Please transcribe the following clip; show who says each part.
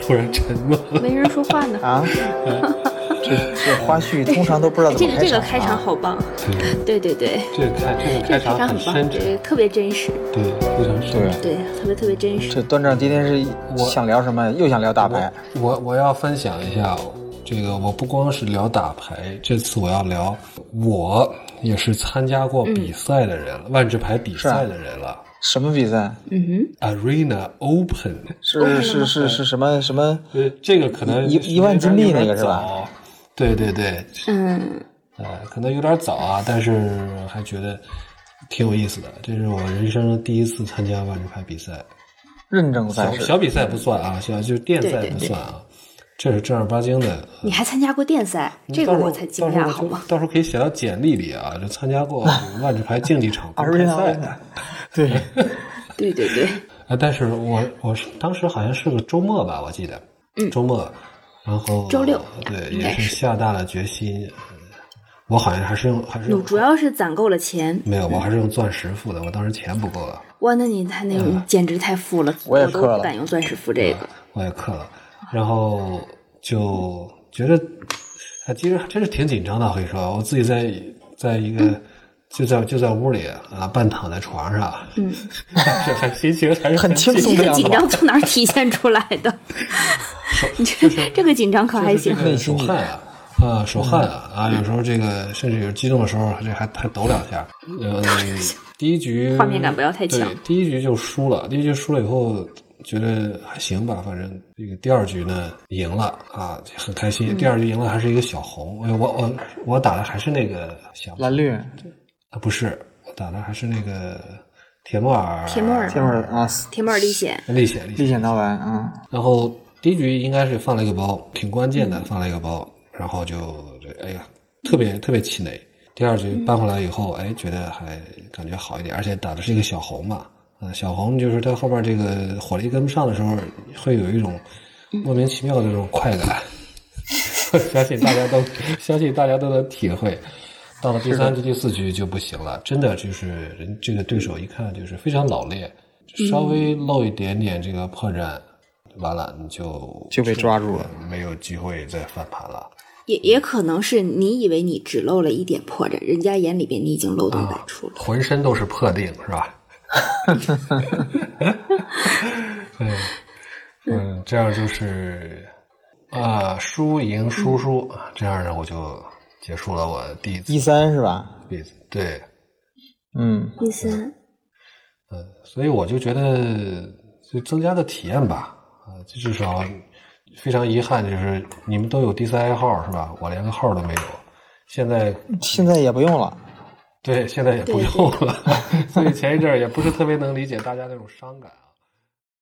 Speaker 1: 突然沉默了。
Speaker 2: 没人说话呢。
Speaker 3: 啊，这这花絮通常都不知道怎
Speaker 2: 这
Speaker 3: 么
Speaker 2: 个这个
Speaker 3: 开
Speaker 2: 开
Speaker 3: 场
Speaker 2: 场
Speaker 3: 啊。
Speaker 2: 好棒，
Speaker 1: 对，
Speaker 2: 对对对，
Speaker 1: 这个开这个
Speaker 2: 这
Speaker 1: 嗯开
Speaker 2: 个开
Speaker 1: 场
Speaker 2: 场
Speaker 1: 很
Speaker 2: 很
Speaker 1: 深沉
Speaker 2: 棒，对，，特别真实，
Speaker 1: 对，非常深沉。
Speaker 2: 对，特别特别真实。
Speaker 3: 啊这段长今天是
Speaker 1: 我
Speaker 3: 想聊什么？又想聊打牌，
Speaker 1: 我我要分享一下，这个我不光是聊打牌，这次我要聊我也是参加过
Speaker 3: 嗯
Speaker 1: 比赛的人了，万智牌比赛的人了
Speaker 3: 什么比赛？
Speaker 2: 嗯
Speaker 1: ，Arena Open。
Speaker 3: 是是是是什么什么？
Speaker 1: 呃，这个可能
Speaker 3: 一一万金币那个是吧
Speaker 1: 有点早？对对对，
Speaker 2: 哼，嗯，
Speaker 1: 呃，可能有点早啊，但是还觉得挺有意思的。这是我人生第一次参加万智牌比赛，
Speaker 3: 认证赛
Speaker 1: 小
Speaker 3: 事
Speaker 1: 小比赛不算啊，小就是电赛
Speaker 2: 对对
Speaker 1: 不
Speaker 2: 对
Speaker 1: 算啊，这是正儿八经的。
Speaker 2: 你还参加过电赛，这
Speaker 1: 嗯
Speaker 2: 个
Speaker 1: 到时候
Speaker 2: 我才惊
Speaker 1: 到时
Speaker 2: 讶，
Speaker 1: 候
Speaker 2: 好吗？
Speaker 1: 到时候可以写到简历里啊，就参加过万智牌竞技场公开
Speaker 3: ，Arena
Speaker 1: 赛
Speaker 3: Open 对，
Speaker 2: 对对 对，
Speaker 1: 啊。但是我我是当时好像是个周末吧，我记得，
Speaker 2: 嗯
Speaker 1: 周末，然后
Speaker 2: 周六
Speaker 1: 对，
Speaker 2: 应
Speaker 1: 也
Speaker 2: 该
Speaker 1: 是
Speaker 2: 是
Speaker 1: 下大了决心。呃我好像还是用还是用
Speaker 2: 主要是攒够了钱。
Speaker 1: 没有，我还是用钻石付的，我当时钱不够了。啊
Speaker 2: 哇，那你太那个，你
Speaker 1: 嗯
Speaker 2: 简直太富了，
Speaker 3: 我也
Speaker 2: 都
Speaker 3: 氪了
Speaker 2: 不敢用钻石付这个。
Speaker 1: 我也氪了，然后就觉得啊，其实还真是挺紧张的。我跟你说，我自己在在一个就在就在屋里啊，半躺在床上，嗯，很 心情还是
Speaker 3: 很轻松
Speaker 2: 这个
Speaker 3: 的样子
Speaker 2: 紧
Speaker 3: 吧，
Speaker 2: 张从哪儿体现出来 的？你这这个紧张可还行？
Speaker 1: 内手汗啊。啊，手汗啊，啊，有时候这个甚至有激动的时候，这还还抖两下。 呃，第一局
Speaker 2: 画面感不要太强
Speaker 1: 对第一局就输了，第一局输了以后觉得还行吧，反正这个第二局呢赢了啊，很开
Speaker 2: 嗯
Speaker 1: 心。第二局赢了还是一个小红，哎我我我打的还是那个小
Speaker 3: 蓝绿
Speaker 1: 啊，不是我打的还是那个铁木尔
Speaker 2: 铁木尔
Speaker 3: 天味啊，
Speaker 2: 铁木尔历险，
Speaker 1: 历险历险
Speaker 3: 历险盗版啊，
Speaker 1: 然后第一局应该是放了一个包，挺关键的，放了一个包，然后就哎呀，特别特别气馁。第二局扳回来以后，哎，觉得还感觉好一点，而且打的是一个小红嘛，啊、小红就是它后边这个火力跟不上的时候，会有一种莫名其妙的这种快感。我 相信大家都相信大家都能体会。到了第三局、第四局就不行了，真的就是人这个对手一看就是非常老练，稍微露一点点这个破绽，完了你就
Speaker 3: 就被抓住了，
Speaker 1: 没有机会再翻盘了。
Speaker 2: 也也可能是你以为你只露了一点破绽，人家眼里边你已经漏洞百出了。
Speaker 1: 浑身都是破腚，是吧？ 对，嗯，这样就是啊，输赢输输，这样呢我就结束了我第一次
Speaker 3: 一三是吧？
Speaker 1: 比赛。对，
Speaker 3: 嗯，
Speaker 2: 第三，
Speaker 1: 嗯，所以我就觉得就增加的体验吧，啊，这至少非常遗憾，就是你们都有第三号是吧？我连个号都没有，现在
Speaker 3: 现在也不用了。
Speaker 1: 对现在也不
Speaker 2: 嗯对
Speaker 1: 用了，所以前一阵儿也不是特别能理解大家那种伤感。啊